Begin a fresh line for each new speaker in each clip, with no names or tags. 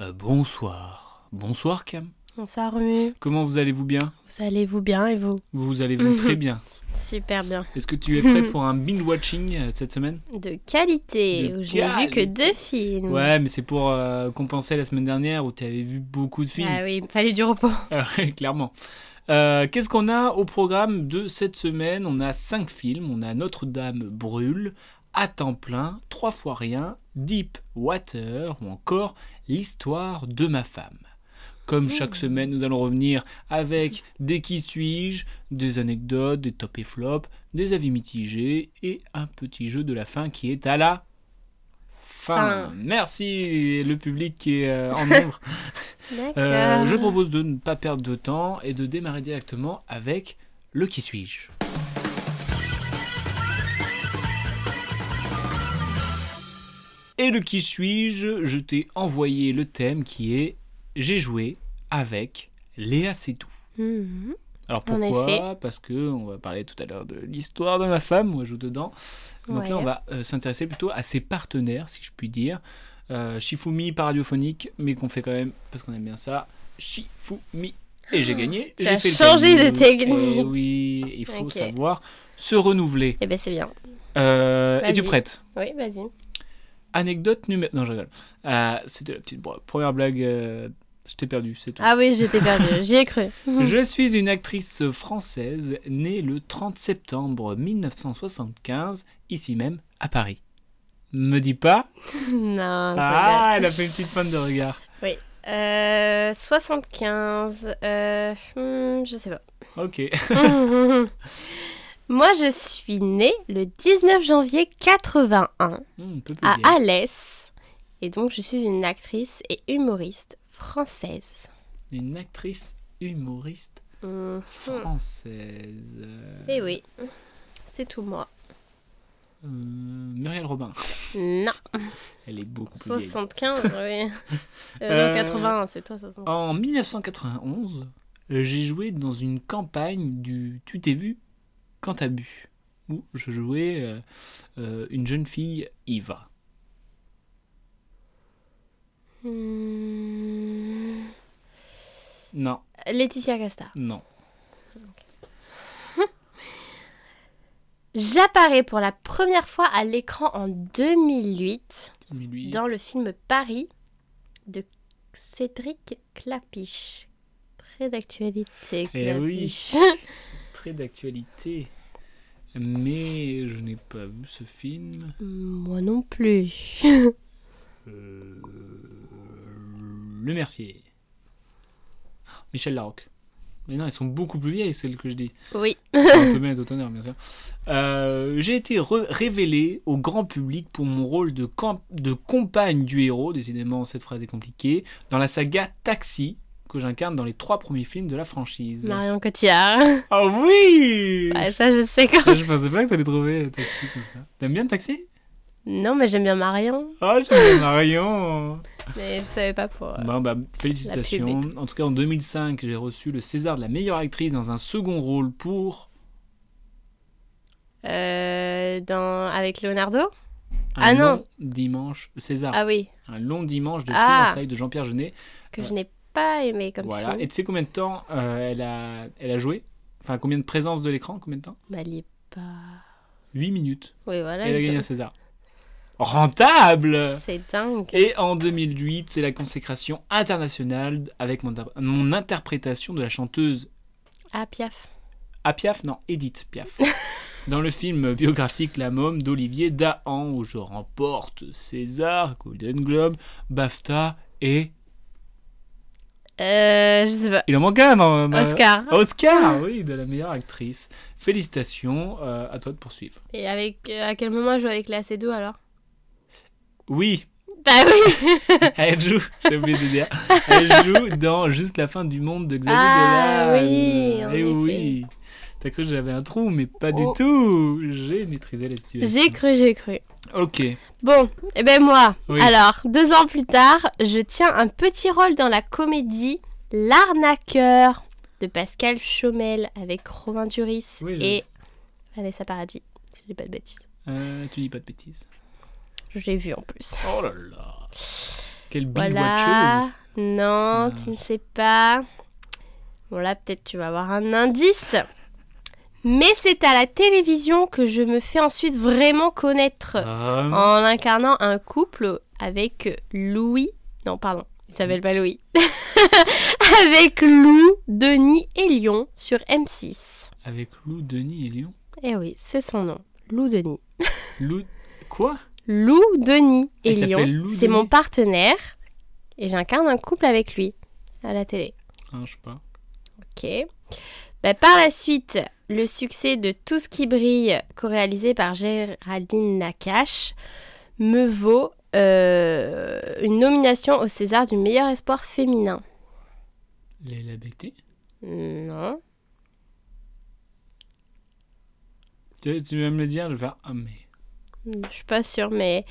Euh, bonsoir. Bonsoir Cam.
Bonsoir Romu,
Comment vous allez-vous bien
vous allez-vous bien et vous
Vous allez-vous très bien.
Super bien.
Est-ce que tu es prêt pour un Bean Watching euh, cette semaine
De qualité,
De
où je n'ai vu que
qualité.
deux films.
Ouais, mais c'est pour euh, compenser la semaine dernière où tu avais vu beaucoup de films.
Ah oui, il me fallait du repos.
Ah ouais, clairement. Euh, Qu'est-ce qu'on a au programme de cette semaine On a 5 films. On a Notre-Dame brûle, À temps plein, Trois fois rien, Deep Water ou encore L'histoire de ma femme. Comme chaque semaine, nous allons revenir avec des qui suis-je, des anecdotes, des top et flops, des avis mitigés et un petit jeu de la fin qui est à la fin.
Fin.
Merci le public qui est euh, en nombre.
D'accord.
Euh, je propose de ne pas perdre de temps et de démarrer directement avec le qui suis-je. Et le qui suis-je, je t'ai envoyé le thème qui est J'ai joué avec Léa C'est tout.
Mhm.
Alors
En
pourquoi
effet.
Parce que on va parler tout à l'heure de l'histoire de ma femme, moi je joue dedans. Donc là
Ouais.
on va euh, s'intéresser plutôt à ses partenaires, si je puis dire. Euh, Shifumi pas radiophonique, mais qu'on fait quand même parce qu'on aime bien ça. Shifumi. Et j'ai gagné.
Tu
j'ai
as
fait le
changé
timing.
de technique.
Eh oui, il faut
Ok.
savoir se renouveler.
Eh ben c'est bien.
Euh,
Vas-y.
Es-tu prête
Oui, vas-y.
Anecdote numéro. Non, je rigole. Euh, C'était la petite bro- première blague. euh, Je t'ai perdu, c'est tout.
Ah oui, j'étais perdue, j'y ai cru.
Je suis une actrice française née le 30 septembre 1975, ici même, à Paris. Me dis pas
non, je
Ah, elle a fait une petite panne de regard.
rigole. Euh, 75, euh, hmm, je sais pas.
Ok.
Moi, je suis née le 19 janvier 81
Hmm, peu plus
à
vieille.
Alès. Et donc, je suis une actrice et humoriste française.
Une actrice humoriste
Mhm.
française. Euh,
Eh oui, c'est tout moi.
euh, Muriel Robin.
Non,
Elle est beaucoup plus vieille.
75, oui. Euh,
Euh,
non, 81, c'est toi, 60.
En 1991, euh, j'ai joué dans une campagne du Tu t'es vu quand t'as bu, où je jouais euh, euh, une jeune fille ivre.
Hmm.
Non,
Laetitia Casta.
non.
J'apparais pour la première fois à l'écran en 2008
Mais lui,
dans le film Paris de Cédric Clapiche. Très d'actualité,
Eh oui.
Clapiche.
très d'actualité. Mais je n'ai pas vu ce film.
Moi non plus.
Euh, Le Mercier. Michel Larocque. Mais non, elles sont beaucoup plus vieilles, celles que je dis.
Oui.
Thomas est au tonnerre, bien sûr. Euh, J'ai été re- révélé au grand public pour mon rôle de, camp- de compagne du héros, décidément cette phrase est compliquée, dans la saga Taxi, que j'incarne dans les trois premiers films de la franchise.
Marion Cotillard.
Oh oui
Ouais, ça, je sais quand.
Je pensais pas que t'allais trouver Taxi comme ça. T'aimes bien le Taxi
Non, mais j'aime bien Marion.
Oh, j'aime bien Marion
Mais je savais pas pour. euh,
Bon, bah,
La
félicitations.
pub
En tout cas, en 2005, j'ai reçu le César de la meilleure actrice dans un second rôle pour...
Euh, dans... Avec Leonardo
un
Ah non.
long Dimanche, César.
Ah oui,
Un long dimanche de
Ah.
fiançailles de Jean-Pierre Jeunet.
que
Ouais.
je n'ai pas aimé comme
Voilà.
film.
Et tu sais combien de temps euh, elle, a, elle a joué Enfin, combien de présence de l'écran Combien de temps
Bah, il est pas...
8 minutes.
Oui, voilà.
Et elle a
il-
gagné un César. Rentable
C'est dingue.
Et en 2008, c'est la consécration internationale avec mon, mon interprétation de la chanteuse
Ah, Piaf.
à Piaf, non, Edith Piaf. Dans le film biographique La Môme d'Olivier Dahan, où je remporte César, Golden Globe, BAFTA et.
Euh, je sais pas.
Il en manque un dans- dans-
Oscar.
Oscar, oui, de la meilleure actrice. Félicitations, euh, à toi de poursuivre.
Et avec... euh, à quel moment elle joue avec la Cédou, alors
Oui,
Bah oui
Elle joue, j'ai oublié de dire, elle joue dans Juste la fin du monde de Xavier
Ah
Dolan.
oui, en
Eh
effet.
oui. T'as cru que j'avais un trou, mais pas du
Oh.
tout. J'ai maîtrisé la situation.
J'ai cru, j'ai cru.
Ok.
Bon, et ben moi,
Oui.
alors, deux ans plus tard, je tiens un petit rôle dans la comédie L'arnaqueur de Pascal Chaumel avec Romain Duris
Oui, je-
et Vanessa Paradis, si je dis pas de bêtises.
Euh, tu dis pas de bêtises.
Je l'ai vu en plus.
Oh là là. Quelle big
Voilà.
watcheuse. Ah.
Non, tu ne sais pas. Bon là, peut-être tu vas avoir un indice. Mais c'est à la télévision que je me fais ensuite vraiment connaître.
Vraiment.
Euh, en incarnant un couple avec Louis. Non, pardon, il s'appelle pas Louis. avec Lou, Denis et Lyon sur M6.
Avec Lou, Denis et Lyon.
Eh oui, c'est son nom, Lou Denis.
Lou. Quoi
Lou, Denis et
Il s'appelle
Lyon,
Lou
c'est
Denis
mon partenaire et j'incarne un couple avec lui à la télé.
Hein, Je sais pas.
Ok. Bah, par la suite, le succès de Tout ce qui brille, co-réalisé par Géraldine Nakache, me vaut euh, une nomination au César du meilleur espoir féminin.
Leila Bekti
Non.
tu, tu vas me le dire, je vais faire. Ah, mais.
Je suis pas sûre, mais.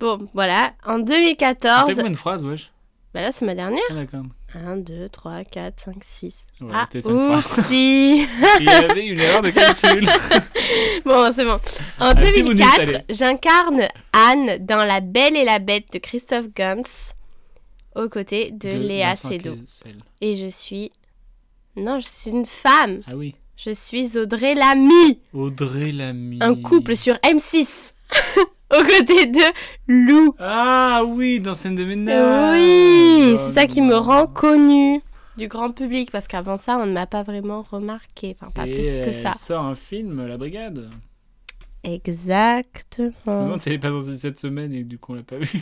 Bon, voilà. En
T'as
2014.
combien de phrases, wesh
Bah là, c'est ma dernière.
Ah, d'accord.
1, 2, 3, 4, 5, 6.
Ouais,
ah,
c'était cinq phrases.
oupsie.
Il y avait une erreur de calcul.
Bon, c'est bon. En
petit bonus,
2004,
allez.
j'incarne Anne dans La Belle et la Bête de Christophe Gans aux côtés de, Léa
Vincent
Seydoux.
Kessel.
Et je suis... Non, je suis une femme.
Ah oui.
Je suis Audrey Lamy,
Audrey Lamy.
un couple sur M6 aux côtés de Lou.
Ah oui, dans scène de ménage.
Oui, c'est ça qui me rend
compte
connue du grand public parce qu'avant ça, on ne m'a pas vraiment remarqué. Enfin, pas plus que ça.
Elle sort un film, La Brigade. Je me
Exactement.
demande si elle est pas sortie cette semaine et que du coup on l'a pas vu.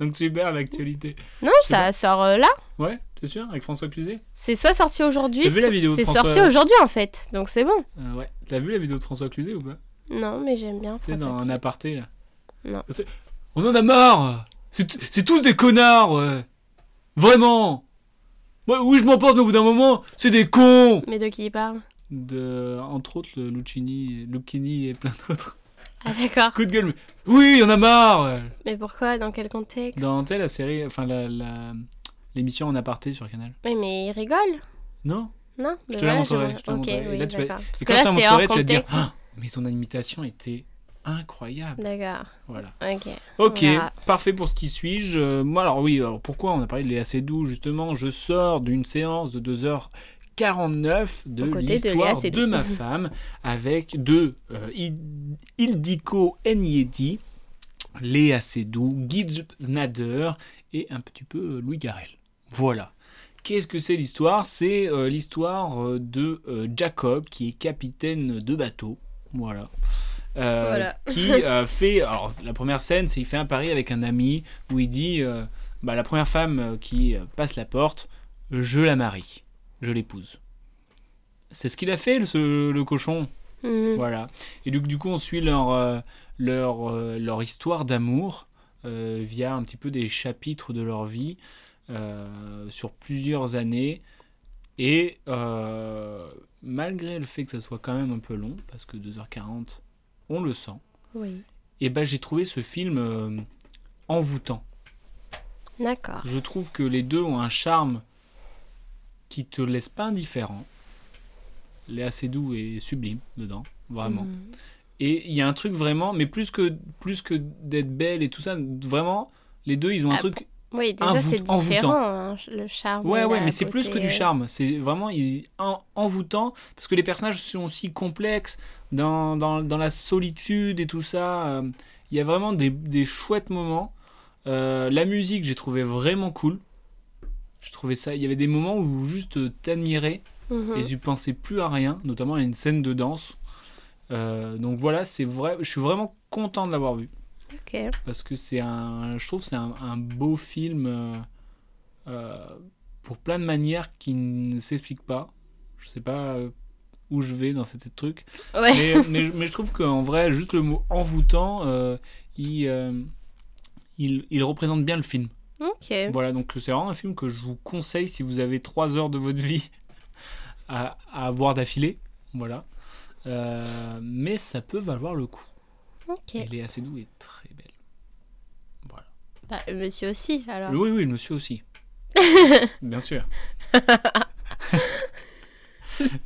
Donc super l'actualité.
Non,
sais
ça sort euh, là.
Ouais, t'es sûr Avec François Cluzet
C'est soit sorti aujourd'hui,
T'as vu la
soit-
vidéo de
c'est
François
sorti aujourd'hui en fait, donc c'est bon.
Euh, Ouais. T'as vu la vidéo de François Cluzet ou pas
Non, mais j'aime bien.
Tu sais,
François
dans un
Cluzet.
aparté là.
Non.
C'est- On en a marre euh. C'est c'est tous des connards ouais. Vraiment Ouais, Oui, je m'en porte, mais au bout d'un moment, c'est des cons
Mais de qui il parle
de, entre autres le Lucchini, Lucchini et plein d'autres.
Ah d'accord.
Coup de gueule. mais- Oui, on a marre. euh.
Mais pourquoi Dans quel contexte
Dans tu sais, la série, enfin la- la l'émission en aparté sur Canal.
Oui, mais il rigole,
Non.
non Mais
te la
j'ai-
montrerai, je te la
ok,
montrerai. Et
oui,
là, tu vas-
d'accord. Parce
Et
que
quand
là,
ça
c'est hors
montrerait, tu vas te dire,
contexte.
Ah, mais ton imitation était incroyable.
D'accord.
Voilà.
Ok.
Ok,
Voilà.
parfait pour ce qui suis-je. Euh, moi, alors oui, alors pourquoi on a parlé de Léa Seydoux Justement, je sors d'une séance de 2h49 de
Aux côtés de
l'histoire
Léa
de,
Seydoux.
ma femme avec de euh, Il- Ildiko Enyedi, Léa Seydoux, Guy Znader et un petit peu euh, Louis Garel. Voilà. Qu'est-ce que c'est l'histoire C'est euh, l'histoire euh, de euh, Jacob qui est capitaine de bateau. Voilà. Euh,
Voilà.
qui euh, fait. Alors, la première scène, c'est il fait un pari avec un ami où il dit euh, bah, La première femme euh, qui euh, passe la porte, je la marie, je l'épouse. C'est ce qu'il a fait, le- ce- le cochon.
Mhm.
Voilà. Et donc, du coup, on suit leur, euh, leur, euh, leur histoire d'amour euh, via un petit peu des chapitres de leur vie euh, sur plusieurs années. Et euh, malgré le fait que ça soit quand même un peu long, parce que 2h40, on le sent,
Oui.
et ben j'ai trouvé ce film euh, envoûtant.
D'accord.
Je trouve que les deux ont un charme qui te laisse pas indifférent. Léa Seydoux est sublime dedans, vraiment.
Mhm.
Et il y a un truc vraiment, mais plus que, plus que d'être belle et tout ça, vraiment, les deux, ils ont un
Ah,
truc.
Oui, déjà
Envoût-
c'est différent,
envoûtant.
hein, le charme.
Ouais,
et
ouais,
la
mais c'est plus que
beauté,
du
euh.
charme. C'est vraiment il- en- envoûtant, parce que les personnages sont aussi complexes dans, dans, dans la solitude et tout ça. euh, Il y a vraiment des, des chouettes moments. Euh, la musique, j'ai trouvé vraiment cool. Je trouvais ça. Il y avait des moments où juste euh, t'admirais.
Mhm.
et tu pensais plus à rien, notamment à une scène de danse. Euh, donc voilà, c'est vrai, je suis vraiment content de l'avoir vu
Ok.
parce que c'est un, je trouve que c'est un, un beau film euh, euh, pour plein de manières qui ne s'expliquent pas. Je sais pas euh, où je vais dans cet truc,
Ouais.
mais, mais je- mais je trouve qu'en vrai, juste le mot envoûtant, euh, il, euh, il, il représente bien le film.
Ok.
Voilà, donc c'est vraiment un film que je vous conseille si vous avez 3 heures de votre vie à, à voir d'affilée. Voilà. Euh, mais ça peut valoir le coup.
Ok.
Elle est assez douée et très belle.
Bah, le monsieur aussi, alors.
Oui, oui, le monsieur aussi. Bien sûr.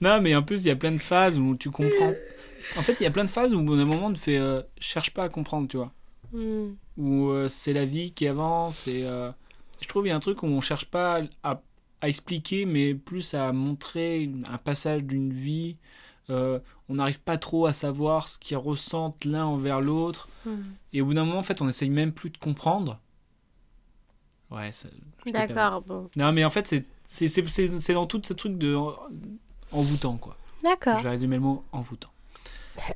non, mais en plus, il y a plein de phases où tu comprends. En fait, il y a plein de phases où, au bout d'un moment, tu fais euh, cherche pas à comprendre, tu vois.
Hmm.
Où euh, c'est la vie qui avance et. euh, je trouve qu'il y a un truc où on cherche pas à, à expliquer, mais plus à montrer une- un passage d'une vie. Euh, on n'arrive pas trop à savoir ce qu'ils ressentent l'un envers l'autre.
Hmm.
Et au bout d'un moment, en fait, on essaye même plus de comprendre. Ouais, ça- je t'ai perdu.
D'accord, bon.
Non, mais en fait, c'est- c'est- c'est c'est- c'est dans tout ce truc de envoûtant, quoi.
D'accord.
Je vais résumer le mot envoûtant.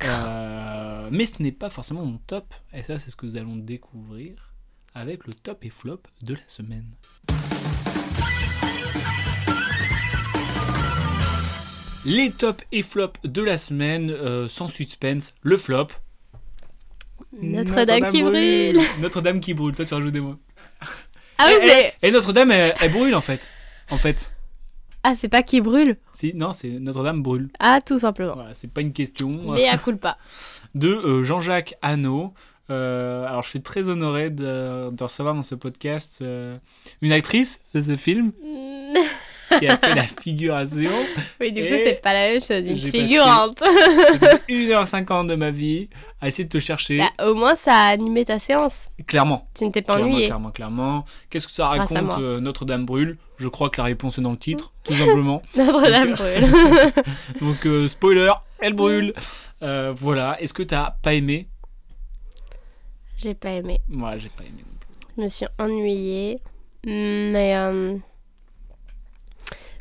Euh, mais ce n'est pas forcément mon top, et ça, c'est ce que nous allons découvrir avec le top et flop de la semaine. Les tops et flops de la semaine, euh, sans suspense, le flop.
Notre-Dame qui brûle.
Notre-Dame qui brûle, toi tu rajoutes des mots.
Ah oui,
Eh,
c'est.
Et Notre-Dame, elle, elle brûle en fait. En fait.
Ah, c'est pas qui brûle.
Si, non, c'est Notre-Dame brûle.
Ah, tout simplement.
Voilà, c'est pas une question.
Mais euh, à coule pas.
de euh, Jean-Jacques Hano. Euh, alors, je suis très honoré de, de recevoir dans ce podcast euh, une actrice de ce film
oui,
qui a fait la figuration.
du
Et
coup, c'est pas la même chose. Une
j'ai passé-
figurante.
1h50 de ma vie à essayer de te chercher.
Bah, au moins, ça a animé ta séance.
Clairement,
Tu ne t'es pas
clairement,
ennuyé.
clairement, clairement. Qu'est-ce que ça
Grâce à
raconte
moi.
euh, Notre-Dame brûle Je crois que la réponse est dans le titre, tout simplement.
Notre-Dame brûle.
Donc, euh, spoiler, elle brûle.
Mm.
Euh, voilà. Est-ce que t'as pas aimé
J'ai pas aimé.
Moi, j'ai pas aimé. non plus.
Je me suis ennuyée. Mais. euh,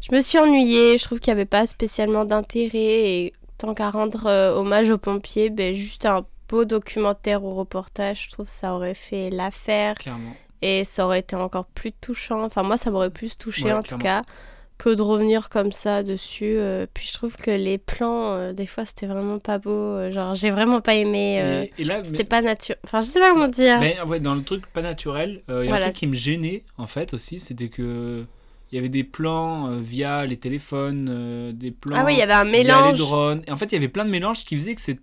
Je me suis ennuyée. Je trouve qu'il n'y avait pas spécialement d'intérêt. Et tant qu'à rendre euh, hommage aux pompiers, ben, juste un beau documentaire ou reportage, je trouve que ça aurait fait l'affaire.
Clairement.
Et ça aurait été encore plus touchant. Enfin, moi, ça m'aurait plus touché
Ouais,
en tout
clairement.
cas que de revenir comme ça dessus. Euh, puis je trouve que les plans, euh, des fois, c'était vraiment pas beau. Euh, Genre, j'ai vraiment pas aimé. euh,
Et, et là, mais-
C'était pas nature. Enfin, je sais pas comment dire.
Mais ouais, dans le truc pas naturel, euh, il y a
Ah. Voilà.
un truc qui me gênait en fait aussi, c'était que il y avait des plans euh, via les téléphones, euh, des plans
Ah oui, il y avait un
via les
mélange
drones. Et en fait, il y avait plein de mélanges qui faisaient que c'est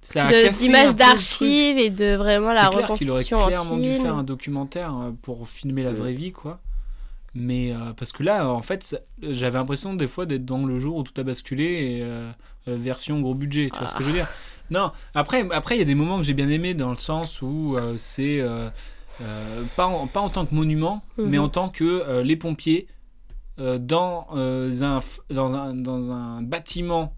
ça a
de-
cassé un peu
d'images
le truc.
d'archives et de vraiment
C'est
la
clair qu'il aurait
reconstitution en
clairement dû
film.
faire un documentaire euh, pour filmer la vraie vie quoi. Mais euh, parce que là, en fait, ça- j'avais l'impression des fois d'être dans le jour où tout a basculé, et, euh, euh, version gros budget, tu vois ce que je
Ah.
veux dire Non, après, après il y a des moments que j'ai bien aimé dans le sens où euh, c'est euh, euh, pas, en, pas en tant que monument,
Mhm.
mais en tant que euh, les pompiers euh, dans, euh, un, f- dans, un, dans un bâtiment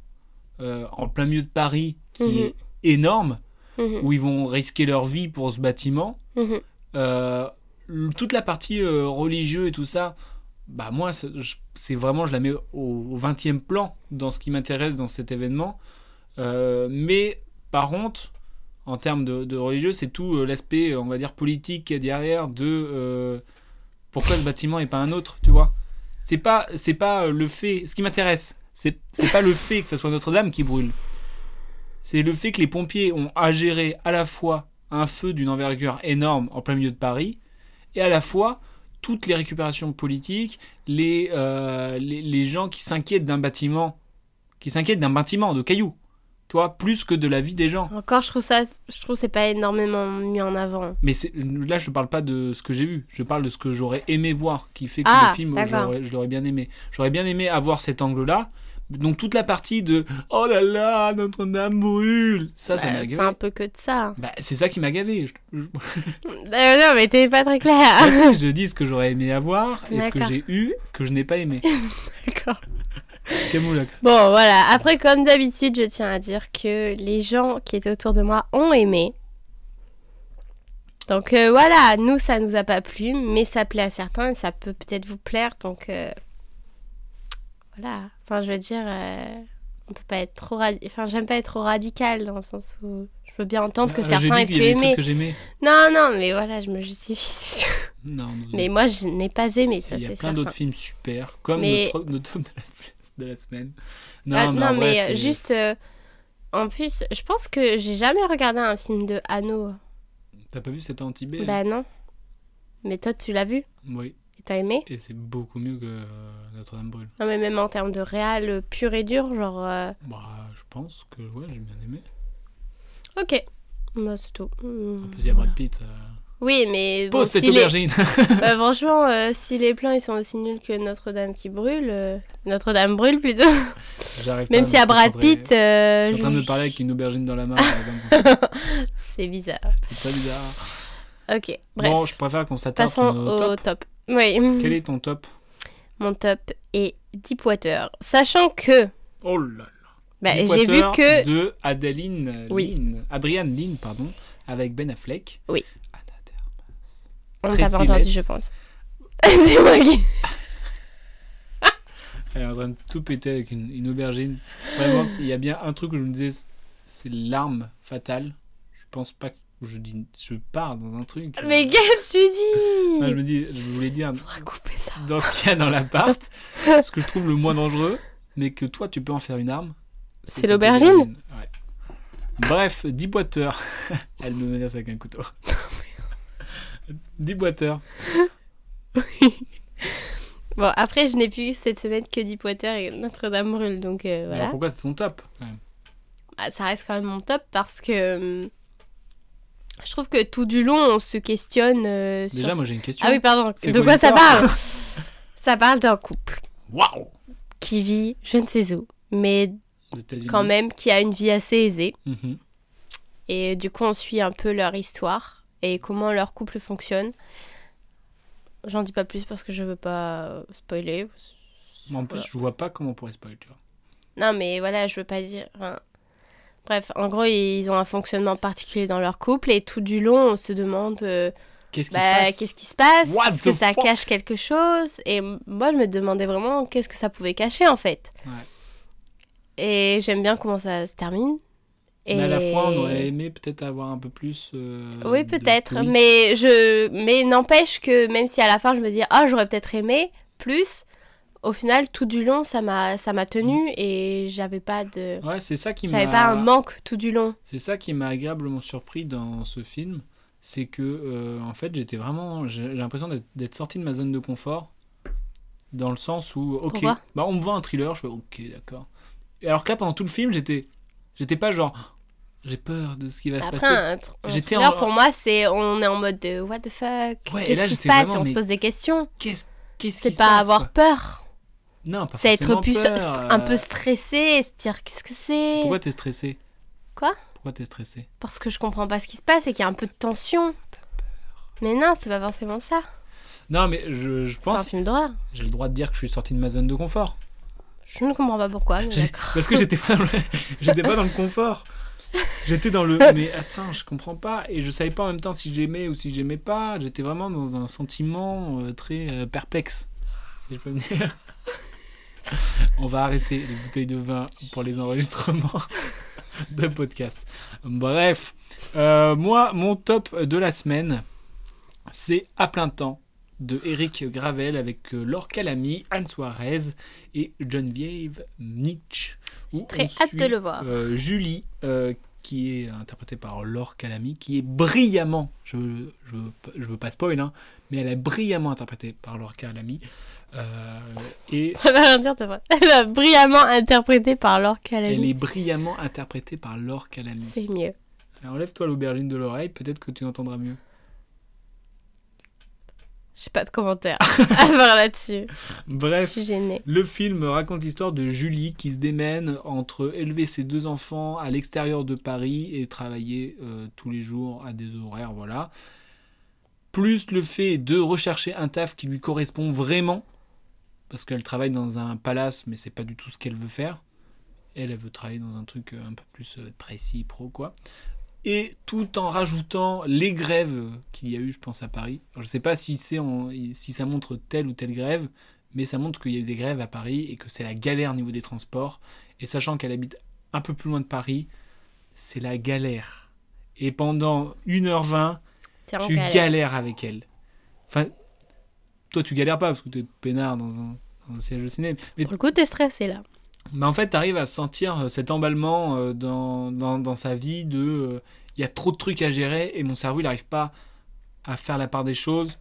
euh, en plein milieu de Paris qui
Mhm.
est énorme,
Mhm,
où ils vont risquer leur vie pour ce bâtiment.
mhm.
Euh, le- toute la partie euh, religieuse et tout ça, bah moi, c'est je- c'est vraiment, je la mets au, au 20e plan dans ce qui m'intéresse dans cet événement. Euh, mais par contre, en termes de, de religieux, c'est tout euh, l'aspect, euh, on va dire, politique qu'il y a derrière de euh, pourquoi le bâtiment et pas un autre, tu vois. C'est pas, c'est pas euh, le fait, ce qui m'intéresse, c'est c'est pas le fait que ce soit Notre-Dame qui brûle. C'est le fait que les pompiers ont à gérer à la fois un feu d'une envergure énorme en plein milieu de Paris et à la fois toutes les récupérations politiques, les, euh, les, les gens qui s'inquiètent d'un bâtiment, qui s'inquiètent d'un bâtiment de cailloux, toi, plus que de la vie des gens.
Encore, je trouve ça, je trouve que c'est pas énormément mis en avant.
Mais c'est- là, je ne parle pas de ce que j'ai vu, je parle de ce que j'aurais aimé voir, qui fait que
Ah,
le film,
d'accord.
j'aurais- je l'aurais bien aimé. J'aurais bien aimé avoir cet angle-là. Donc toute la partie de « Oh là là, Notre-Dame brûle !» Ça, ça
Bah,
m'a
c'est
gavé.
un peu que de ça.
Bah, c'est ça qui m'a gavé. Je- je-
Euh, non, mais t'es pas très clair.
Après, je dis ce que j'aurais aimé avoir et ce que
D'accord.
j'ai eu que je n'ai pas aimé.
D'accord.
Camoulox.
Bon, voilà. Après, comme d'habitude, je tiens à dire que les gens qui étaient autour de moi ont aimé. Donc euh, voilà, nous, ça nous a pas plu, mais ça plaît à certains et ça peut peut-être vous plaire. Donc euh, voilà. Enfin, je veux dire, euh, on peut pas être trop radical. Enfin, j'aime pas être trop radical dans le sens où je veux bien entendre que
Euh,
certains
j'ai
aient
dit qu'il y
pu
avait des trucs
aimer.
que j'aimais.
Non, non, mais voilà, je me justifie.
Non, non,
mais moi, je n'ai pas aimé, ça,
il y a
c'est
plein
certain.
d'autres films super, comme
Mais-
notre, notre tome de la, de la semaine. Non,
Ah, Non,
mais, en vrai,
mais euh,
c'est-
juste. euh, en plus, je pense que j'ai jamais regardé un film de Hano.
T'as pas vu cet anti
Bah non. Mais toi, tu l'as vu
Oui,
et t'as aimé
et c'est beaucoup mieux que euh, Notre-Dame brûle.
Non, mais même en termes de réal euh, pur et dur, genre. euh,
Bah, je pense que ouais, j'ai bien aimé.
Ok. Bah, c'est tout. Hmm,
En plus, il y a
voilà.
Brad Pitt. euh,
Oui, mais. bon,
Pose cette
si les-
aubergine
Bah, franchement, euh, si les plans ils sont aussi nuls que Notre-Dame qui brûle, euh, Notre-Dame brûle plutôt.
Ah, J'arrive pas
Même
me
si à Brad
concentrer.
Pitt, euh,
Je suis en train de
je-
me parler avec une aubergine dans la main. par exemple.
c'est bizarre.
c'est très bizarre.
Ok, bref.
Bon, je préfère qu'on s'attarde
Passons
au
au
top.
top. Oui.
Quel est ton top
Mon top est Deepwater. Sachant que
Oh là là.
bah, j'ai vu
Deepwater
que
de Adeline
Oui.
Lynn, Adrienne Lynn, pardon, avec Ben Affleck.
Oui.
Anna Ter-
on t'a pas
Tracy
entendu,
Letts.
je pense. c'est moi qui.
Elle est en train de tout péter avec une, une aubergine. Vraiment, il y a bien un truc où je me disais, c'est l'arme fatale. Je pense pas que je dis, je pars dans un truc.
Mais qu'est-ce que
Enfin, Ah, je me
tu dis
dis, je voulais dire
Faudra couper ça.
dans ce qu'il y a dans l'appart, ce que je trouve le moins dangereux, mais que toi tu peux en faire une arme.
C'est
cette
l'aubergine
aubergine. Ouais. Bref, 10 boiteurs. Elle me menace avec un couteau. 10 boiteurs.
Bon, après, je n'ai vu cette semaine que Deepwater et Notre-Dame brûle, donc euh,
Alors
voilà.
pourquoi c'est ton top quand même
Bah, ça reste quand même mon top parce que. hum, Je trouve que tout du long, on se questionne euh, sur.
Déjà, moi j'ai une question.
ah oui, pardon.
C'est
De
quoi
quoi ça
l'histoire
parle Ça parle d'un couple
Waouh
qui vit je ne sais où, mais
Aux États-Unis.
quand même qui a une vie assez aisée.
Mhm.
Et du coup, on suit un peu leur histoire et comment leur couple fonctionne. J'en dis pas plus parce que je veux pas euh, spoiler.
En plus, je vois pas comment on pourrait spoiler. tu vois.
Non, mais voilà, je veux pas dire. enfin, Bref, en gros, ils ont un fonctionnement particulier dans leur couple et tout du long, on se demande euh,
Qu'est-ce qui
bah,
se passe
qu'est-ce qui se passe
What
Est-ce que
the
ça
fuck
cache quelque chose Et m- moi, je me demandais vraiment qu'est-ce que ça pouvait cacher en fait. Et j'aime bien comment ça se termine. Et...
Mais à la fois, on aurait aimé peut-être avoir un peu plus. euh,
Oui,
de
peut-être,
police.
mais je, mais n'empêche que même si à la fin je me dis ah j'aurais peut-être aimé plus, au final tout du long ça m'a ça m'a tenu et j'avais pas de,
Ouais, c'est ça Mm. qui m'a.
j'avais pas un manque tout du long.
C'est ça qui m'a agréablement surpris dans ce film, c'est que euh, en fait j'étais vraiment, j'ai j'ai l'impression d'être- d'être sorti de ma zone de confort, dans le sens où ok,
Pourquoi
bah on me vend un thriller, je fais ok d'accord. Et alors que là pendant tout le film j'étais, j'étais pas genre Oh, j'ai peur de ce qui va se
Après
passer.
un, tr- un
J'étais
thriller,
en-
pour moi c'est on est en mode de, what the fuck,
Ouais, et
qu'est-ce
là,
qui se
j'étais
passe
vraiment,
et on se
mais-
pose des questions.
Qu'est-ce qu'est-ce qui
C'est
se
pas
passe,
avoir
quoi
peur,
Non, pas
c'est être
forcément
plus
peur,
un peu
euh,
stressé, et se dire qu'est-ce que c'est,
Pourquoi t'es stressé
Quoi
Pourquoi t'es stressé
parce que je comprends pas ce qui se passe et qu'il y a un peu de tension. Mais non, c'est pas forcément ça.
Non mais je, je
C'est pas un
pense,
film d'horreur.
j'ai le droit de dire que je suis sorti de ma zone de confort.
Je ne comprends pas pourquoi. mais
J'ai-
d'accord.
Parce que j'étais pas, dans le... j'étais pas dans le confort. J'étais dans le. Mais attends, je comprends pas. Et je savais pas en même temps si j'aimais ou si j'aimais pas. J'étais vraiment dans un sentiment euh, très euh, perplexe. Si je peux me dire. On va arrêter les bouteilles de vin pour les enregistrements de podcast. Bref, Euh, moi, mon top de la semaine, c'est à plein temps de Eric Gravel avec euh, Laure Calamy, Anne Suarez et Geneviève Nietzsche. J'ai
très hâte de le voir.
Julie, euh, qui est interprétée par Laure Calamy, qui est brillamment, je je, veux pas- je veux pas spoil, hein, mais elle est brillamment interprétée par Laure Calamy. Euh, et
Ça va rien dire, c'est vrai. Elle a brillamment interprété par Laure
elle
Calamy.
est brillamment interprétée par Laure Calamy.
C'est mieux.
Enlève-toi l'aubergine de l'oreille, peut-être que tu entendras mieux.
J'ai pas de commentaires à faire là-dessus. Je
Bref.
suis gênée.
Le film raconte l'histoire de Julie qui se démène entre élever ses deux enfants à l'extérieur de Paris et travailler euh, tous les jours à des horaires, voilà. Plus le fait de rechercher un taf qui lui correspond vraiment, parce qu'elle travaille dans un palace, mais c'est pas du tout ce qu'elle veut faire. Elle, elle veut travailler dans un truc euh, un peu plus euh, précis, pro, quoi. Et tout en rajoutant les grèves euh, qu'il y a eu, je pense, à Paris. Alors, je sais pas si, c'est en- si ça montre telle ou telle grève, mais ça montre qu'il y a eu des grèves à Paris et que c'est la galère au niveau des transports. Et sachant qu'elle habite un peu plus loin de Paris, c'est la galère. Et pendant 1h20,
T'es en
tu
galère.
galères avec elle. Enfin, toi, tu galères pas parce que t'es peinard dans un, dans un siège de ciné. Mais,
Pour le coup, t'es stressée là.
mais en fait, t'arrives à sentir euh, cet emballement euh, dans, dans, dans sa vie de. euh, Il y a trop de trucs à gérer et mon cerveau, il n'arrive pas à faire la part des choses.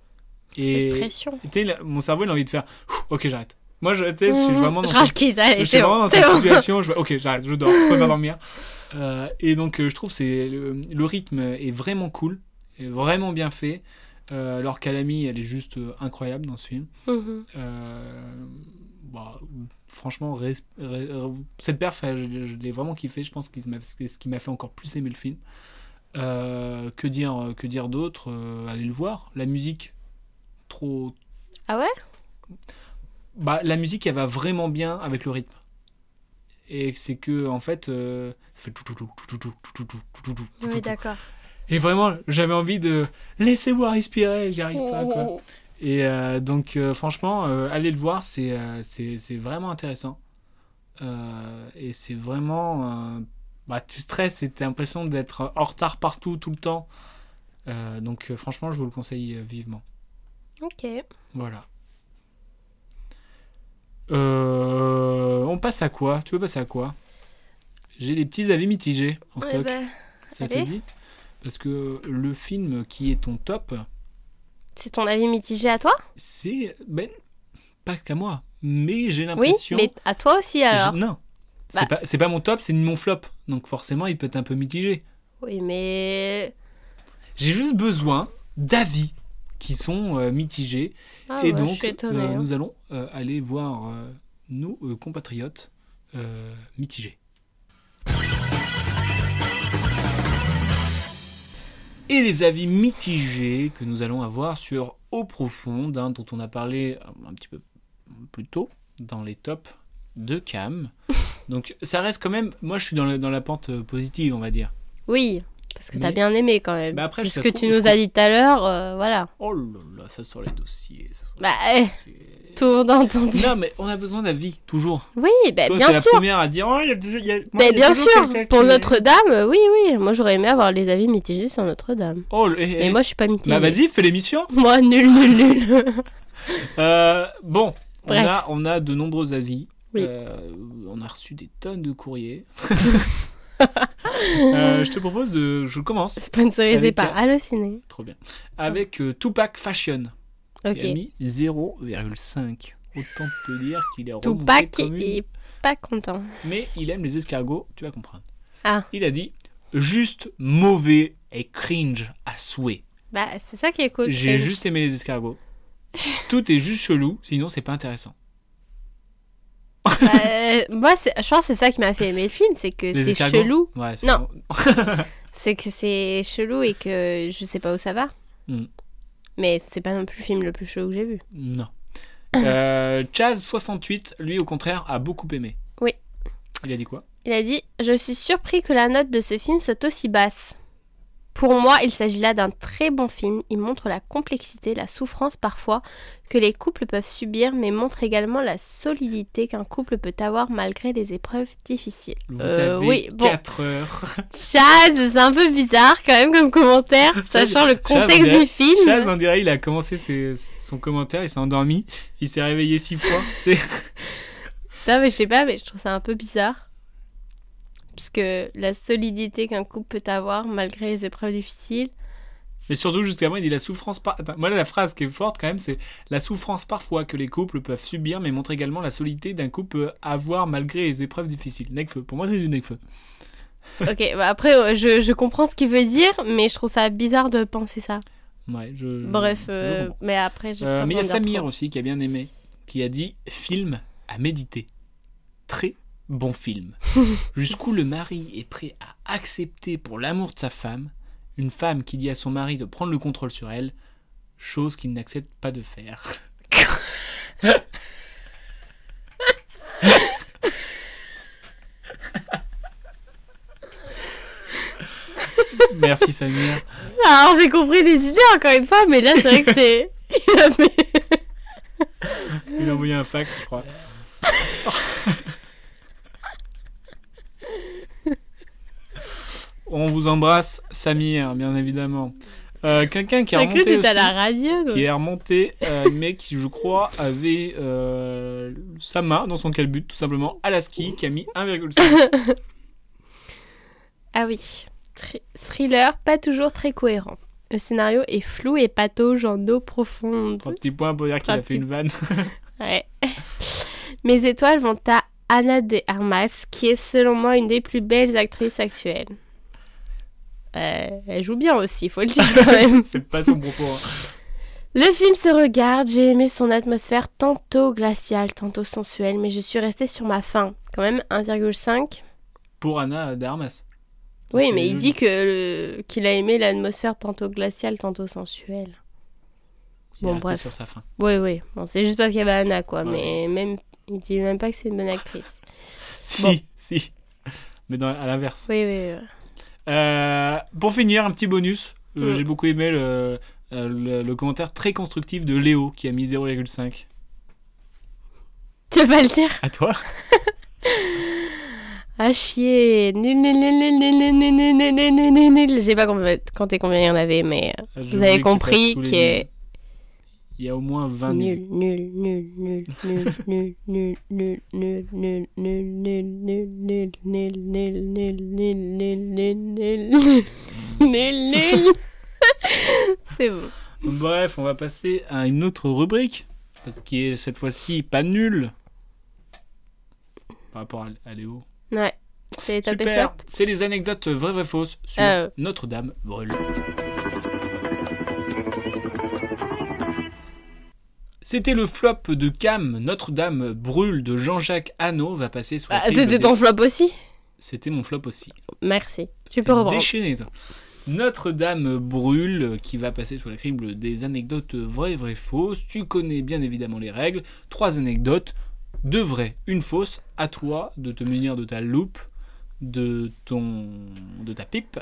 Cette
Et
pression.
tu sais, là, mon cerveau, il a envie de faire Ouh, Ok, j'arrête. Moi, je tu sais, je suis vraiment dans
Mmh. Mhm. je
cette-
rage quitte, allez,
je suis
c'est
vraiment
bon.
dans
c'est
cette
bon.
situation. Je... fais, Ok, j'arrête, je dors, je peux pas dormir. Euh, et donc, euh, je trouve c'est le, le rythme est vraiment cool, est vraiment bien fait. Euh, alors qu'Alami, elle est juste euh, incroyable dans ce film.
Mhm.
Euh, bah, franchement, res- re- cette perf, elle, je, je l'ai vraiment kiffé. Je pense que c'est ce qui m'a fait encore plus aimer le film. Euh, que dire, que dire d'autre Euh, Allez le voir. La musique, trop.
Ah ouais
Bah, la musique, elle va vraiment bien avec le rythme. Et c'est que, en fait, euh, ça fait tout, tout, tout, tout, tout, tout, tout, tout, tout, tout, tout, tout, tout,
Oui,
tout.
d'accord.
Et vraiment, j'avais envie de laissez-moi respirer, j'y arrive pas. Quoi.
Oh,
Et euh, donc, euh, franchement, euh, allez le voir, c'est euh, c'est c'est vraiment intéressant. Euh, et c'est vraiment. euh, bah, tu stresses et t'as l'impression d'être en retard partout, tout le temps. Euh, donc, euh, franchement, je vous le conseille euh, vivement.
oh, Ok. Eh
Voilà. Euh, on passe à quoi Tu veux passer à quoi J'ai des petits avis mitigés en
Eh
stock,
ben,
ça te
allez.
dit Parce que le film qui est ton top,
c'est ton avis mitigé à toi
c'est ben pas qu'à moi mais j'ai
Oui,
l'impression
mais à toi aussi alors.
Je- non
Bah.
c'est pas c'est pas mon top c'est mon flop donc forcément il peut être un peu mitigé
Oui, mais.
j'ai juste besoin d'avis qui sont euh, mitigés
Ah,
et
ouais, je
donc
suis étonnée.
euh,
hein.
nous allons euh, aller voir euh, nos euh, compatriotes euh, mitigés Et les avis mitigés que nous allons avoir sur Eau Profonde, hein, dont on a parlé euh, un petit peu plus tôt dans les tops de Cam. Donc ça reste quand même, moi je suis dans, le- dans la pente euh, positive on va dire.
Oui, parce que t'as
Mais-
bien aimé quand même.
Bah après,
Puis
je-
ce
ça
que
se
tu
trouve-
nous as dit tout à l'heure, euh, voilà.
Oh là là, ça sort les dossiers. ça sort les
Bah, eh,
dossiers.
tout le monde a entendu.
Non mais on a besoin d'avis, toujours.
Oui, bah,
Toi, t'es
bien
la
sûr.
première à dire, oh, il y a, toujours- il y a- moi, il y
Mais
a
bien
toujours
sûr,
quelqu'un
pour
qui-
Notre-Dame, euh, oui, oui. Moi, j'aurais aimé avoir les avis mitigés sur Notre-Dame.
Oh, le- eh,
Mais
eh.
moi, je suis pas mitigée.
bah vas-y, fais l'émission.
Moi, nul, nul, nul.
Euh, bon, on
Bref.
a, on a de nombreux avis.
Oui.
Euh, on a reçu des tonnes de courriers. Euh, je te propose de, je commence.
Sponsorisé
Avec,
par Allociné.
Trop bien. Avec euh, Tupac Fashion.
Ok.
Il a mis 0,5. Autant te dire qu'il est remonté
Tupac
oh, comme une-
est pas content.
Mais il aime les escargots, tu vas comprendre.
Ah.
Il a dit juste mauvais et cringe à souhait.
Bah, c'est ça qui est cool.
J'ai
c'est-
juste aimé les escargots. Tout est juste chelou, sinon c'est pas intéressant.
bah, euh, moi, c'est- je pense que c'est ça qui m'a fait aimer le film, c'est que
Les
c'est
escargots
chelou.
Ouais, c'est
Non.
bon.
C'est que c'est chelou et que je sais pas où ça va.
Hmm.
Mais c'est pas non plus le film le plus chelou que j'ai vu.
Non. Euh, Chaz68, lui au contraire, a beaucoup aimé.
Oui.
Il a dit quoi
Il a dit Je suis surpris que la note de ce film soit aussi basse. Pour moi, il s'agit là d'un très bon film. Il montre la complexité, la souffrance parfois que les couples peuvent subir, mais montre également la solidité qu'un couple peut avoir malgré des épreuves difficiles.
Vous
Euh,
savez,
oui, bon.
4 heures.
Chaz, c'est un peu bizarre quand même comme commentaire, sachant le contexte
Chaz,
du film.
Chaz, hein. on dirait, il a commencé ses- son commentaire, il s'est endormi, il s'est réveillé 6 fois. tu sais.
Non, mais je sais pas, mais je trouve ça un peu bizarre. Puisque la solidité qu'un couple peut avoir malgré les épreuves difficiles.
Mais surtout, jusqu'avant, il dit la souffrance. Par... Attends, moi, là, la phrase qui est forte, quand même, c'est la souffrance parfois que les couples peuvent subir, mais montre également la solidité d'un couple peut avoir malgré les épreuves difficiles. Necfeu. Pour moi, c'est du Necfeu.
Ok, bah après, euh, je, je comprends ce qu'il veut dire, mais je trouve ça bizarre de penser ça.
Ouais, je.
Bref,
Hmm. je
euh,
comprends.
mais après, j'ai
Euh,
pas
mais il y a
besoin de dire
Samir
trop.
aussi qui a bien aimé, qui a dit film à méditer. Très bon film. Jusqu'où le mari est prêt à accepter pour l'amour de sa femme, une femme qui dit à son mari de prendre le contrôle sur elle, chose qu'il n'accepte pas de faire. Merci Samir.
Ah, Alors, j'ai compris les idées encore une fois, mais là, c'est vrai que c'est. Il a fait-
Il a envoyé un fax, je crois. On vous embrasse, Samir, bien évidemment. Euh, Quelqu'un qui a
J'ai cru que
remonté
t'étais à
aussi,
la radio. donc.
qui est remonté, euh, mais qui, je crois, avait euh, sa main dans son calbut, tout simplement, Alaski, qui a mis 1,5.
Ah oui. Thr- thriller, pas toujours très cohérent. Le scénario est flou et patauge en eau profonde.
Trois petits points pour dire qu'il
Trois
a fait une vanne.
Ouais. Mes étoiles vont à Anna de Armas, qui est selon moi une des plus belles actrices actuelles. Euh, elle joue bien aussi, faut le dire quand même.
c'est pas son propos. hein.
Le film se regarde, j'ai aimé son atmosphère tantôt glaciale, tantôt sensuelle, mais je suis restée sur ma faim. Quand même 1,5.
Pour Anna d'Armas.
Oui,
C'est
mais il
joli.
dit que le- qu'il a aimé l'atmosphère tantôt glaciale, tantôt sensuelle.
Il est
Bon,
resté
bref.
sur sa fin.
Oui, oui. Bon, c'est juste parce qu'il y avait Anna, quoi.
Ouais.
Mais même, il dit même pas que c'est une bonne actrice.
Si, si. Mais dans- à l'inverse.
Oui, oui, oui.
Euh, pour finir, un petit bonus. Euh,
Mm.
J'ai beaucoup aimé le, euh, le, le commentaire très constructif de Léo qui a mis 0,5.
Tu veux pas le dire
À toi
Ah chier Nul, nul, nul, nul, nul, nul, nul, nul, nul, nul, nul, nul, nul. J'ai pas compris- compté combien il y en avait, mais euh,
Je
vous
voulais que
avez
tu fasses
compris
tous
que
les nuls. Il y a au moins 20 nuls.
nul, nul, nul, nul, nul, nul, nul, nul, nul, nul, nul, nul, nul, nul, nul, nul, nul, nul, nul, nul, nul, nul, nul, nul. C'est bon.
Bref, on va passer à une autre rubrique. Parce qui est cette fois-ci pas nul. Par rapport à, à Léo.
Ouais. C'est top et
Super
flop.
C'est les anecdotes vraies, vraies, fausses sur
Ah ouais.
Notre-Dame brûle. C'était le flop de Cam, Notre-Dame brûle de Jean-Jacques Hano va passer sous la
Ah,
grille
C'était
de-
ton flop aussi
C'était mon flop aussi.
Merci. Tu peux
T'es
reprendre.
déchaîné, toi. Notre-Dame brûle, euh, qui va passer sous la crible des anecdotes vraies, vraies, fausses. Tu connais bien évidemment les règles. Trois anecdotes, deux vraies, une fausse. À toi de te munir de ta loupe, de ton, de ta pipe,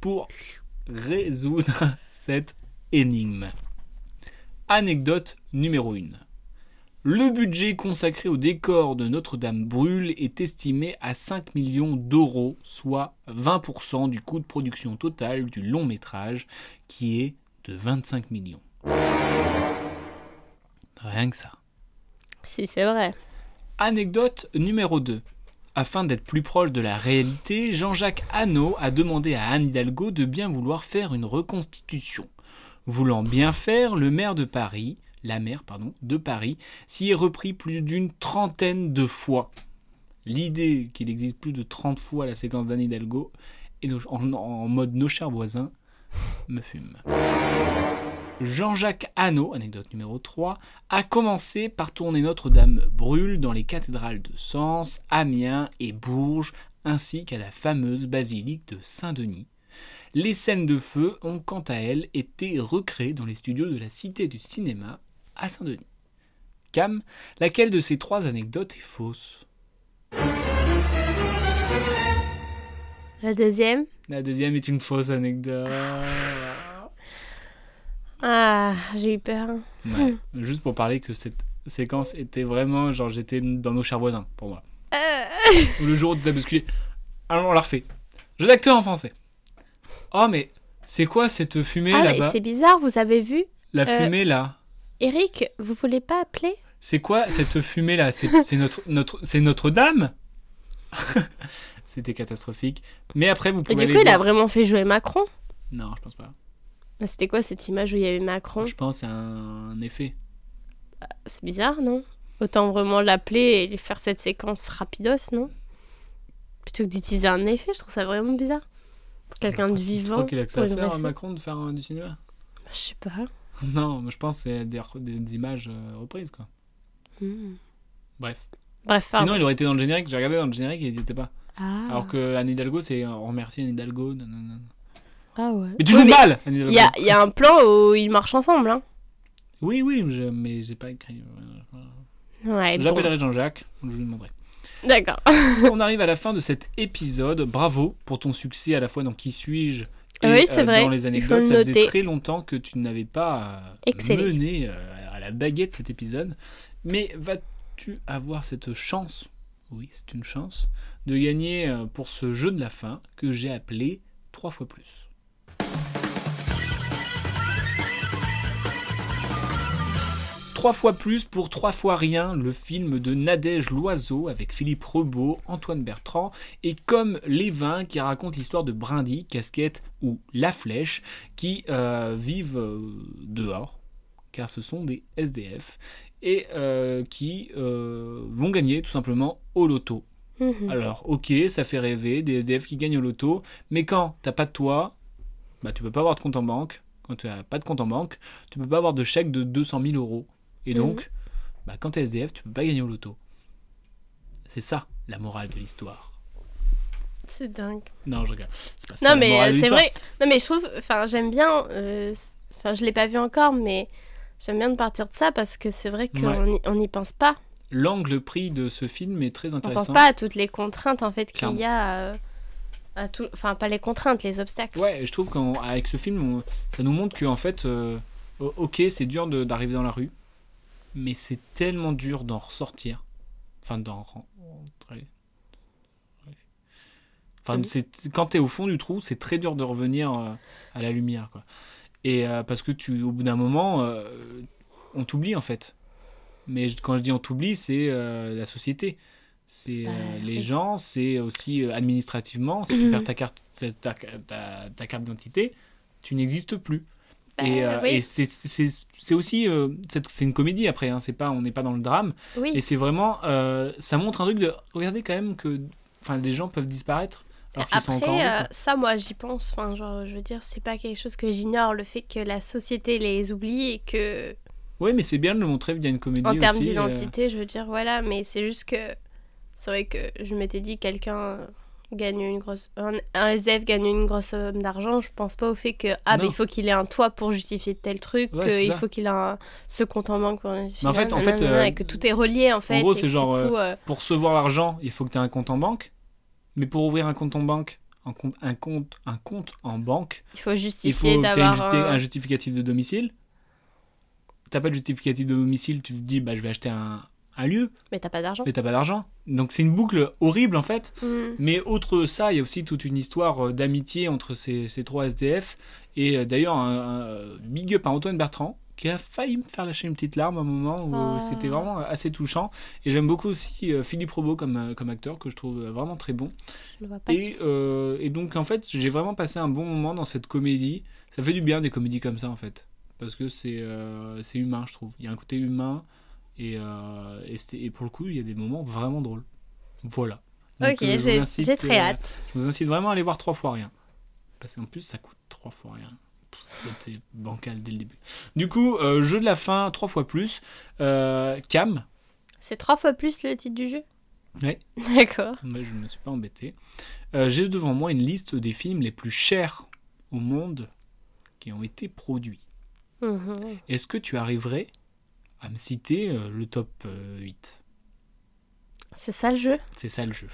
pour résoudre cette énigme. Anecdote numéro 1. Le budget consacré au décor de Notre-Dame brûle est estimé à 5 millions d'euros, soit 20% du coût de production total du long métrage, qui est de 25 millions. Rien que ça.
Si, c'est vrai.
Anecdote numéro 2. Afin d'être plus proche de la réalité, Jean-Jacques Hano a demandé à Anne Hidalgo de bien vouloir faire une reconstitution. Voulant bien faire, le maire de Paris, la maire pardon, de Paris, s'y est repris plus d'une trentaine de fois. L'idée qu'il existe plus de 30 fois la séquence d'Anne Hidalgo et nos- en, en mode nos chers voisins me fume. Jean-Jacques Hano, anecdote numéro 3, a commencé par tourner Notre-Dame brûle dans les cathédrales de Sens, Amiens et Bourges, ainsi qu'à la fameuse basilique de Saint-Denis. Les scènes de feu ont quant à elles été recréées dans les studios de la Cité du Cinéma à Saint-Denis. Cam, laquelle de ces trois anecdotes est fausse
La deuxième
La deuxième est une fausse anecdote.
Ah, j'ai eu peur.
Ouais, Juste pour parler que cette séquence était vraiment genre j'étais dans nos chers voisins pour moi. Ou le jour où tu t'as bousculé. Alors Ah, on la refait. Jeu d'acteur en français. Oh mais c'est quoi cette fumée
Ah, mais
là-bas
c'est bizarre, vous avez vu
La
euh,
fumée là.
Eric, vous voulez pas appeler
C'est quoi cette fumée là C'est c'est notre notre c'est Notre Dame. C'était catastrophique. Mais après vous
Et
pouvez
du
aller
coup, il a
voir.
vraiment fait jouer Macron.
Non, je pense pas.
Mais C'était quoi cette image où il y avait Macron
Je pense à un effet.
C'est bizarre, non Autant vraiment l'appeler et lui faire cette séquence rapidos, non Plutôt que d'utiliser un effet, je trouve ça vraiment bizarre. Pour quelqu'un de
Tu
vivant.
crois qu'il a que ça à
pour une vraie
faire
scène.
Macron de faire euh, du cinéma
Je sais pas.
Non, mais je pense que c'est des, des images euh, reprises quoi.
Hmm.
Bref.
Bref, ah. pardon.
Sinon, il aurait été dans le générique. J'ai regardé dans le générique et il n'y était pas.
Ah.
Alors que Anne Hidalgo, c'est on remercie Anne Hidalgo. nanana.
Ah ouais.
Mais tu
Oui,
joues
mais
mal, Anne
Il
Hidalgo.
y a, il y a un plan où ils marchent ensemble, hein.
Oui, oui, je- mais j'ai pas écrit. euh,
Ouais, bon.
J'appellerai Jean-Jacques, je lui demanderai.
D'accord.
on arrive à la fin de cet épisode. Bravo pour ton succès à la fois dans Qui suis-je et
Oui, c'est
euh,
vrai.
dans les
Il
anecdotes.
faut
Ça
le
faisait
noter.
très longtemps que tu n'avais pas euh,
Excellé.
mené euh, à la baguette cet épisode. Mais vas-tu avoir cette chance Oui, c'est une chance de gagner euh, pour ce jeu de la fin que j'ai appelé 3 fois plus. « Trois fois plus pour trois fois rien, le film de Nadège Loiseau avec Philippe Rebaud, Antoine Bertrand et Comme les vins qui raconte l'histoire de Brindy, Casquette ou La Flèche qui euh, vivent euh, dehors car ce sont des SDF et euh, qui euh, vont gagner tout simplement au loto.
Mhm.
Alors, ok, ça fait rêver, des SDF qui gagnent au loto, mais quand t'as pas de toi, bah, tu peux pas avoir de compte en banque. Quand tu n'as pas de compte en banque, tu peux pas avoir de chèque de 200 000 euros.
Mm.
Et donc, bah, quand t'es SDF, tu peux pas gagner au loto. C'est ça, la morale de l'histoire.
C'est dingue.
Non, je regarde. C'est pas ça,
Non
la
mais
morale de
euh, c'est
l'histoire.
vrai. Non mais je trouve, enfin j'aime bien. euh, c- Enfin je l'ai pas vu encore, mais j'aime bien de partir de ça parce que c'est vrai
Ouais.
qu'on n'y on n'y pense pas.
L'angle pris de ce film est très
On pense
intéressant.
pas à toutes les contraintes en fait qu'il y a. euh, à tout... Enfin pas les contraintes, les obstacles.
Ouais, je trouve qu'avec ce film, on- ça nous montre que en fait, euh, o- ok, c'est dur de- d'arriver dans la rue, mais c'est tellement dur d'en ressortir. Enfin, d'en ren- rentrer. Ouais. Enfin,
Mhm.
c'est- quand t'es au fond du trou, c'est très dur de revenir euh, à la lumière, quoi. Et euh, parce que tu, au bout d'un moment, euh, on t'oublie en fait. Mais je- quand je dis on t'oublie, c'est euh, la société. C'est euh,
Bah,
les
oui.
gens, c'est aussi euh, administrativement. Si tu
Mhm.
perds ta carte, ta, ta- ta- ta carte d'identité, tu n'existes plus.
Bah,
et euh,
oui.
et c'est- c'est c'est aussi. euh, c'est c'est une comédie après, hein, c'est pas, on n'est pas dans le drame. Et
Oui.
c'est vraiment. euh, ça montre un truc de. Regardez quand même que enfin, les gens peuvent disparaître alors qu'ils sont
Après
encore. en vie,
euh,
quoi.
ça moi j'y pense. Enfin genre je veux dire c'est pas quelque chose que j'ignore le fait que la société les oublie et que
Ouais, mais c'est bien de le montrer via une comédie
euh, en termes
aussi, euh,
d'identité je veux dire voilà mais c'est juste que c'est vrai que je m'étais dit quelqu'un gagne une grosse un, un SDF gagne une grosse somme d'argent je pense pas au fait que ah
Non.
mais il faut qu'il ait un toit pour justifier tel truc
Ouais, c'est
qu'il
ça.
faut qu'il ait un- ce compte en banque pour
en fait- en fait,
nanana,
euh,
et que tout est relié en fait
gros,
et
c'est
que du
genre,
coup, euh,
pour recevoir l'argent, il faut que tu aies un compte en banque. Mais pour ouvrir un compte en banque, un compte, un compte, un compte en banque,
il faut
il faut
justifier
que tu aies
d'avoir euh, un...
un justificatif de domicile. T'as pas de justificatif de domicile, tu te dis bah je vais acheter un, un lieu,
mais t'as pas d'argent
mais t'as pas d'argent. Donc c'est une boucle horrible en fait.
Hmm.
Mais outre ça, il y a aussi toute une histoire euh, d'amitié entre ces, ces trois SDF. Et euh, d'ailleurs, un, un, euh, big up à Antoine Bertrand, qui a failli me faire lâcher une petite larme à un moment où
Ah.
c'était vraiment euh, assez touchant. Et j'aime beaucoup aussi euh, Philippe Robot comme, euh, comme acteur, que je trouve euh, vraiment très bon.
je ne vois pas
Et,
qui
euh, et donc, en fait, j'ai vraiment passé un bon moment dans cette comédie. Ça fait du bien des comédies comme ça, en fait. Parce que c'est euh, c'est humain, je trouve. Il y a un côté humain. Et, euh, et, c'était- et pour le coup, il y a des moments vraiment drôles. Voilà.
c'est.
Donc,
ok
euh, je vous
j'ai-
incite,
j'ai très
euh,
hâte
je vous incite vraiment à aller voir trois fois rien. Parce qu'en plus, ça coûte trois fois rien. Pff, C'était bancal dès le début. Du coup, euh, jeu de la fin, trois fois plus. Euh, Cam,
c'est trois fois plus le titre du jeu
Ouais.
d'accord
mais je ne me suis pas embêté. Euh, J'ai devant moi une liste des films les plus chers au monde qui ont été produits.
Mhm.
Est-ce que tu arriverais à me citer euh, le top euh, 8
c'est ça le jeu
C'est ça le jeu.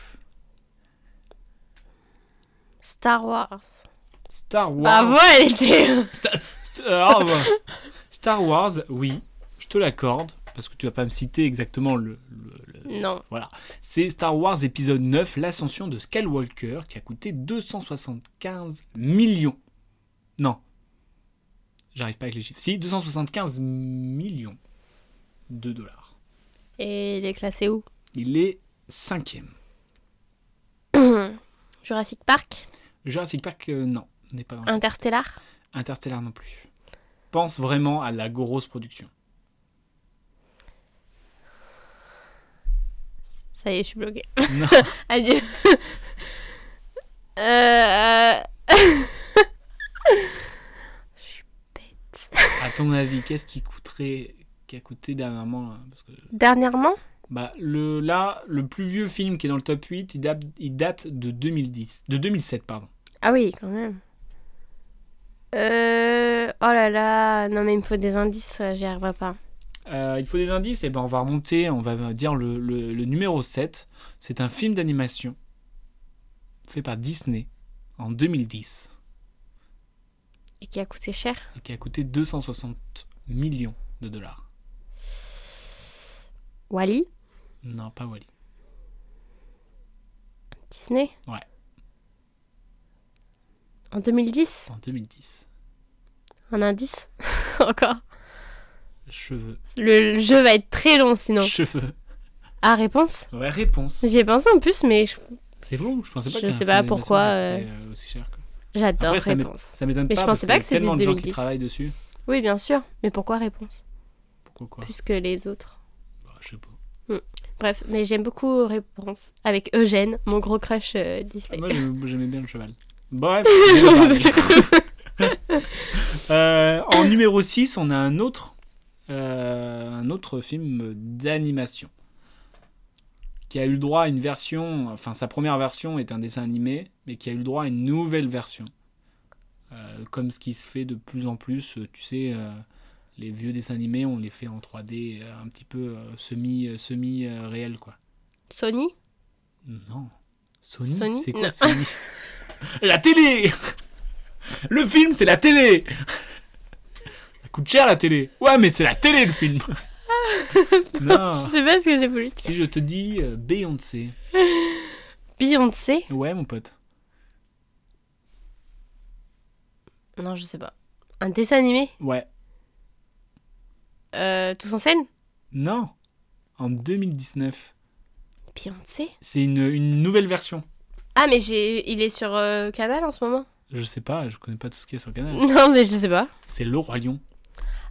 Star Wars
Star Wars.
Bah voilà, elle était.
St- euh, ah, bah. Star Wars, oui, je te l'accorde. Parce que tu vas pas me citer exactement le- le- le,
non.
C'est Star Wars épisode 9, l'ascension de Skywalker, qui a coûté 275 millions. Non. J'arrive pas avec les chiffres. Si, 275 millions de dollars.
Et il est classé où
Il est cinquième.
Jurassic Park
Jurassic Park, euh, non, n'est pas dans le-
Interstellar
Interstellar non plus. Pense vraiment à la grosse production.
Ça y est, je suis bloquée.
Non.
Adieu. Euh, euh,
À ton avis, qu'est-ce qui coûterait, qui a coûté dernièrement là Parce que
Dernièrement
Bah, le, là, le plus vieux film qui est dans le top 8, il date, il date de 2010. De 2007, pardon.
Ah oui, quand même. Euh... Oh là là, non mais il me faut des indices, euh, j'y arriverai pas.
Euh, il faut des indices, et ben on va remonter, on va dire le, le- le numéro 7. C'est un film d'animation fait par Disney en 2010
Et qui a coûté cher
et qui a coûté 260 millions de dollars.
Wally
Non, pas Wally.
Disney
Ouais.
En 2010
En 2010.
Un indice Encore
Cheveux.
Le jeu va être très long sinon.
Cheveux.
Ah, réponse
Ouais, réponse.
J'y ai pensé en plus, mais je-
C'est vous Je pensais pas
Je
qu'un
sais
film
pas
d'animation
pourquoi,
était, euh, aussi cher. quoi.
j'adore
Après, ça m'é-
réponse.
Ça m'étonne
Mais je
pas.
pensais
parce
pas
qu'il
que
y a
c'était
tellement de gens qui
2010.
travaillent dessus.
Oui, bien sûr. Mais pourquoi réponse
Pourquoi quoi
Plus que les autres.
Bah, Je sais pas.
Bref, mais j'aime beaucoup réponse. Avec Eugène, mon gros crush euh, Disney.
Ah, Moi, j'aimais j'aimais bien le cheval. Bref, j'aimais le cheval. Euh, en numéro 6, on a un autre, euh, un autre film d'animation qui a eu le droit à une version, enfin sa première version est un dessin animé, mais qui a eu le droit à une nouvelle version. Euh, comme ce qui se fait de plus en plus, euh, tu sais, euh, les vieux dessins animés, on les fait en 3D, euh, un petit peu euh, semi, euh, semi euh, réel, quoi.
Sony
Non. Sony,
Sony
c'est quoi
Non.
Sony La télé Le film, c'est la télé Ça coûte cher la télé. Ouais, mais c'est la télé le film. non.
Je sais pas ce que j'ai voulu dire.
Si je te dis euh, Beyoncé.
Beyoncé
Ouais, mon pote.
Non, je sais pas. Un dessin animé
Ouais.
Euh, Tous en scène
Non. En 2019.
Beyoncé
C'est une, une nouvelle version.
Ah, mais j'ai... il est sur euh, Canal en ce moment
Je sais pas, je connais pas tout ce qu'il y a sur le canal.
Non, mais je sais pas.
C'est Le Roi Lion.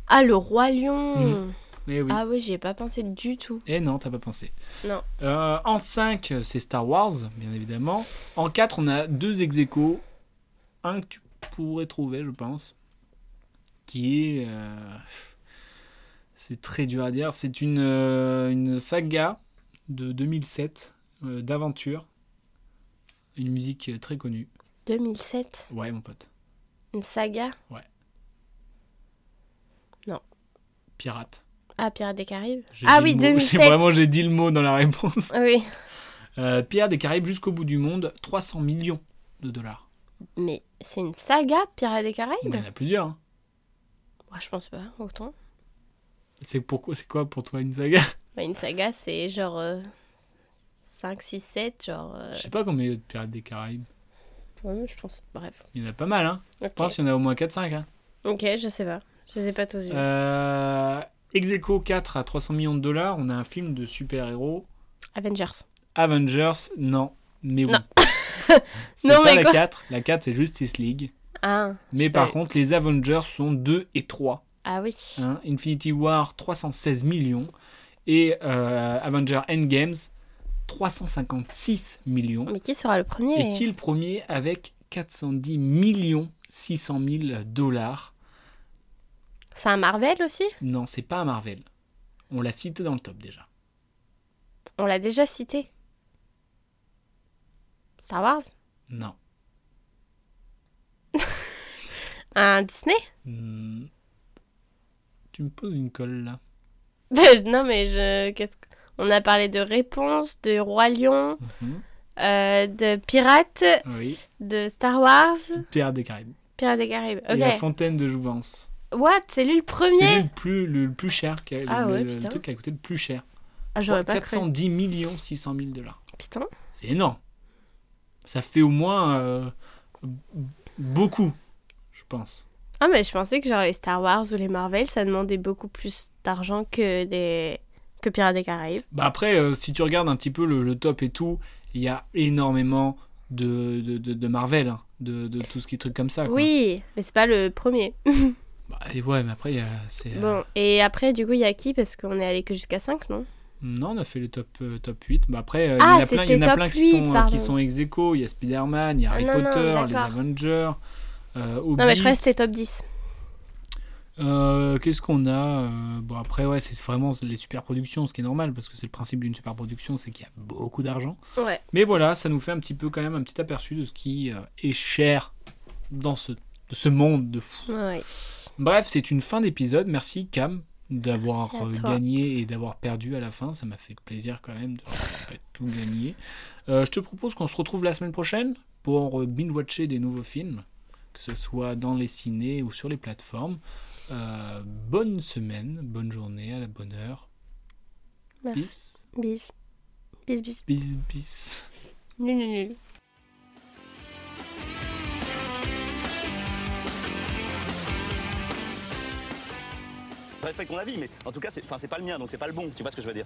Ah, le Roi Lion
Eh oui.
Ah oui, j'y ai pas pensé du tout.
Eh non, t'as pas pensé.
Non.
Euh, en 5, c'est Star Wars, bien évidemment. En 4, on a deux ex aequo. Un que tu pourrais trouver, je pense. Qui est. euh, C'est très dur à dire. C'est une, euh, une saga de 2007 euh, d'aventure. Une musique très connue.
2007
Ouais, mon pote.
Une saga
Pirate.
Ah, Pirates des Caraïbes
J'ai
Ah
dit
oui,
le mot. J'ai-
2007.
Vraiment, j'ai dit le mot dans la réponse.
Ah Oui.
Euh, Pierre des Caraïbes jusqu'au bout du monde, 300 millions de dollars.
Mais c'est une saga de Pirates des Caraïbes
Il y en a plusieurs. hein.
Moi, je pense pas, autant.
C'est pourquoi c'est quoi pour toi une saga
Bah, une saga, c'est genre euh, 5, 6, 7, genre. euh,
Je sais pas combien il y a de Pirates des Caraïbes.
ouais, je pense. Bref.
Il y en a pas mal hein.
Ok,
Je pense qu'il y en a au moins 4 5 hein.
Ok, je sais pas. Je les ai pas tous vus.
Euh, ex aequo 4 à 300 millions de dollars, on a un film de super-héros
Avengers.
Avengers. Non, mais oui.
Non.
C'est
Non,
pas
mais
la
quoi
4, la 4 c'est Justice League.
Ah,
Mais
j'ai
par
pas-
contre, les Avengers sont 2 et 3.
Ah oui.
hein. Infinity War 316 millions et euh, Avengers Endgames 356 millions.
Mais qui sera le premier
Et qui est le premier avec 410 millions 600 000 dollars
C'est un Marvel aussi
Non, c'est pas Marvel. On l'a cité dans le top déjà.
On l'a déjà cité. Star Wars
Non.
Un Disney
Hmm. Tu me poses une colle là.
Ben, Non, mais je. qu'est-ce que- On a parlé de Réponse, de Roi Lion,
Mhm.
euh, de Pirates,
Euh, Oui.
de Star Wars,
Pierre des Caraïbes.
Pirates des Caraïbes.
Et la
Ok.
fontaine de Jouvence.
What C'est lui le
C'est
premier
lui le plus, le, le plus cher. qui a- le-
Ah ouais,
le, le
putain.
truc qui a coûté le plus cher.
Ah, j'aurais pas cru.
410 millions 600 000 dollars.
Putain.
C'est énorme. Ça fait au moins euh, beaucoup, je pense.
Ah, mais je pensais que genre les Star Wars ou les Marvel, ça demandait beaucoup plus d'argent que des que Pirates des Caraïbes.
Bah après, euh, si tu regardes un petit peu le, le top et tout, il y a énormément de, de, de- de Marvel, hein, de, de tout ce qui est truc comme ça. quoi.
Oui, mais c'est pas le premier.
Bah, et ouais, mais après, il y a- c'est. euh,
Bon, et après, du coup, il y a qui Parce qu'on est allé que jusqu'à 5, non
Non, on a fait le top, euh, top 8. Bah après, euh,
Ah,
il y en a plein, il y en
c'était
a
top
plein qui,
8,
sont, euh,
pardon.
qui sont ex aequo. Il y a Spider-Man, il y a
Ah,
Harry
non, non,
Potter, les
d'accord.
Avengers. euh, Hobbit.
Non, mais je crois que c'était top 10.
Euh, Qu'est-ce qu'on a Euh, Bon, après, ouais, c'est vraiment les super productions, ce qui est normal, parce que c'est le principe d'une super production, c'est qu'il y a beaucoup d'argent.
Ouais.
Mais voilà, ça nous fait un petit peu quand même un petit aperçu de ce qui euh, est cher dans ce, de ce monde de fou.
Ouais.
Bref, c'est une fin d'épisode. Merci Cam d'avoir
Merci à
euh,
toi.
gagné et d'avoir perdu à la fin. Ça m'a fait plaisir quand même de pas tout gagner. Euh, je te propose qu'on se retrouve la semaine prochaine pour euh, binge-watcher des nouveaux films, que ce soit dans les cinés ou sur les plateformes. Euh, bonne semaine, bonne journée, à la bonne heure.
Merci.
Bis,
Bis. Bis, bis.
bis, bis.
Nul, nul, nul.
respecte ton avis, mais en tout cas, c'est enfin, c'est pas le mien, donc c'est pas le bon. Tu vois ce que je veux dire